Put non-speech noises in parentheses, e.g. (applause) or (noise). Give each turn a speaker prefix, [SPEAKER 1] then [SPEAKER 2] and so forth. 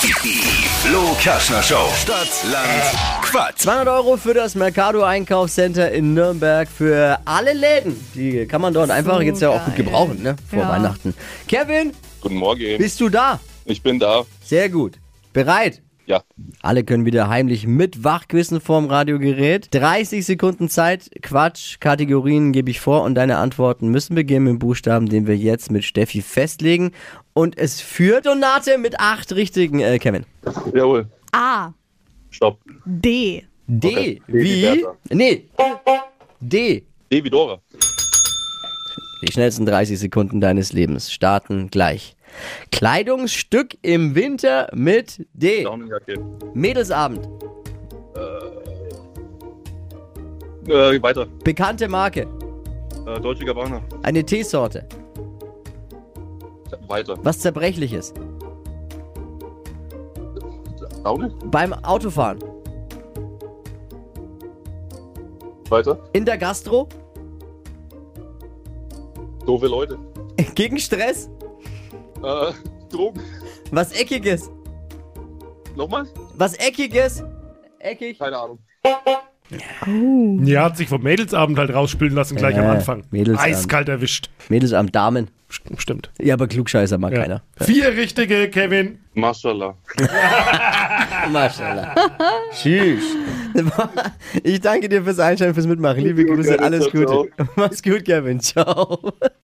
[SPEAKER 1] Die Flo Kaschner Show. Stadt, Land, Quatsch.
[SPEAKER 2] 200 Euro für das Mercado Einkaufscenter in Nürnberg für alle Läden. Die kann man dort einfach jetzt ja auch gut
[SPEAKER 3] geil.
[SPEAKER 2] gebrauchen, ne? Vor
[SPEAKER 3] Ja.
[SPEAKER 2] Weihnachten. Kevin,
[SPEAKER 4] Guten Morgen.
[SPEAKER 2] bist du da?
[SPEAKER 4] Ich bin da.
[SPEAKER 2] Sehr gut. Bereit?
[SPEAKER 4] Ja.
[SPEAKER 2] Alle können wieder heimlich mit Wachquissen vorm Radiogerät. 30 Sekunden Zeit, Quatsch, Kategorien gebe ich vor und deine Antworten müssen beginnen mit dem Buchstaben, den wir jetzt mit Steffi festlegen. Und es führt Donate mit acht richtigen, äh, Kevin.
[SPEAKER 4] Jawohl.
[SPEAKER 3] A.
[SPEAKER 4] Stopp.
[SPEAKER 3] D.
[SPEAKER 2] D
[SPEAKER 4] Okay.
[SPEAKER 2] wie?
[SPEAKER 4] Bertha.
[SPEAKER 2] Nee. D.
[SPEAKER 4] Devi Dora.
[SPEAKER 2] Die schnellsten 30 Sekunden deines Lebens starten gleich. Kleidungsstück im Winter mit D.
[SPEAKER 4] Daunenjacke.
[SPEAKER 2] Mädelsabend.
[SPEAKER 4] Äh, weiter.
[SPEAKER 2] Bekannte Marke.
[SPEAKER 4] Äh, Deutsche Gabbana.
[SPEAKER 2] Eine Teesorte.
[SPEAKER 4] Weiter.
[SPEAKER 2] Was zerbrechliches.
[SPEAKER 4] Daune?
[SPEAKER 2] Beim Autofahren.
[SPEAKER 4] Weiter.
[SPEAKER 2] In der Gastro. (laughs)
[SPEAKER 4] Doofe Leute.
[SPEAKER 2] Gegen Stress.
[SPEAKER 4] Äh, Drogen.
[SPEAKER 2] Was Eckiges.
[SPEAKER 4] Nochmal?
[SPEAKER 2] Was Eckiges. Eckig.
[SPEAKER 4] Keine Ahnung.
[SPEAKER 5] Ja, hat sich vom Mädelsabend halt rausspülen lassen, gleich am
[SPEAKER 2] Äh,
[SPEAKER 5] Anfang.
[SPEAKER 2] Mädelsabend.
[SPEAKER 5] Eiskalt erwischt.
[SPEAKER 2] Mädelsabend Damen.
[SPEAKER 5] St- Stimmt.
[SPEAKER 2] Ja, aber Klugscheißer mag
[SPEAKER 5] Ja.
[SPEAKER 2] keiner. (laughs)
[SPEAKER 5] Vier richtige, Kevin.
[SPEAKER 4] Mashallah.
[SPEAKER 2] Maschallah. Tschüss. Ich danke dir fürs Einschalten, fürs Mitmachen. Liebe Grüße, alles
[SPEAKER 4] Ciao, ciao.
[SPEAKER 2] Gute. Mach's gut, Kevin. Ciao.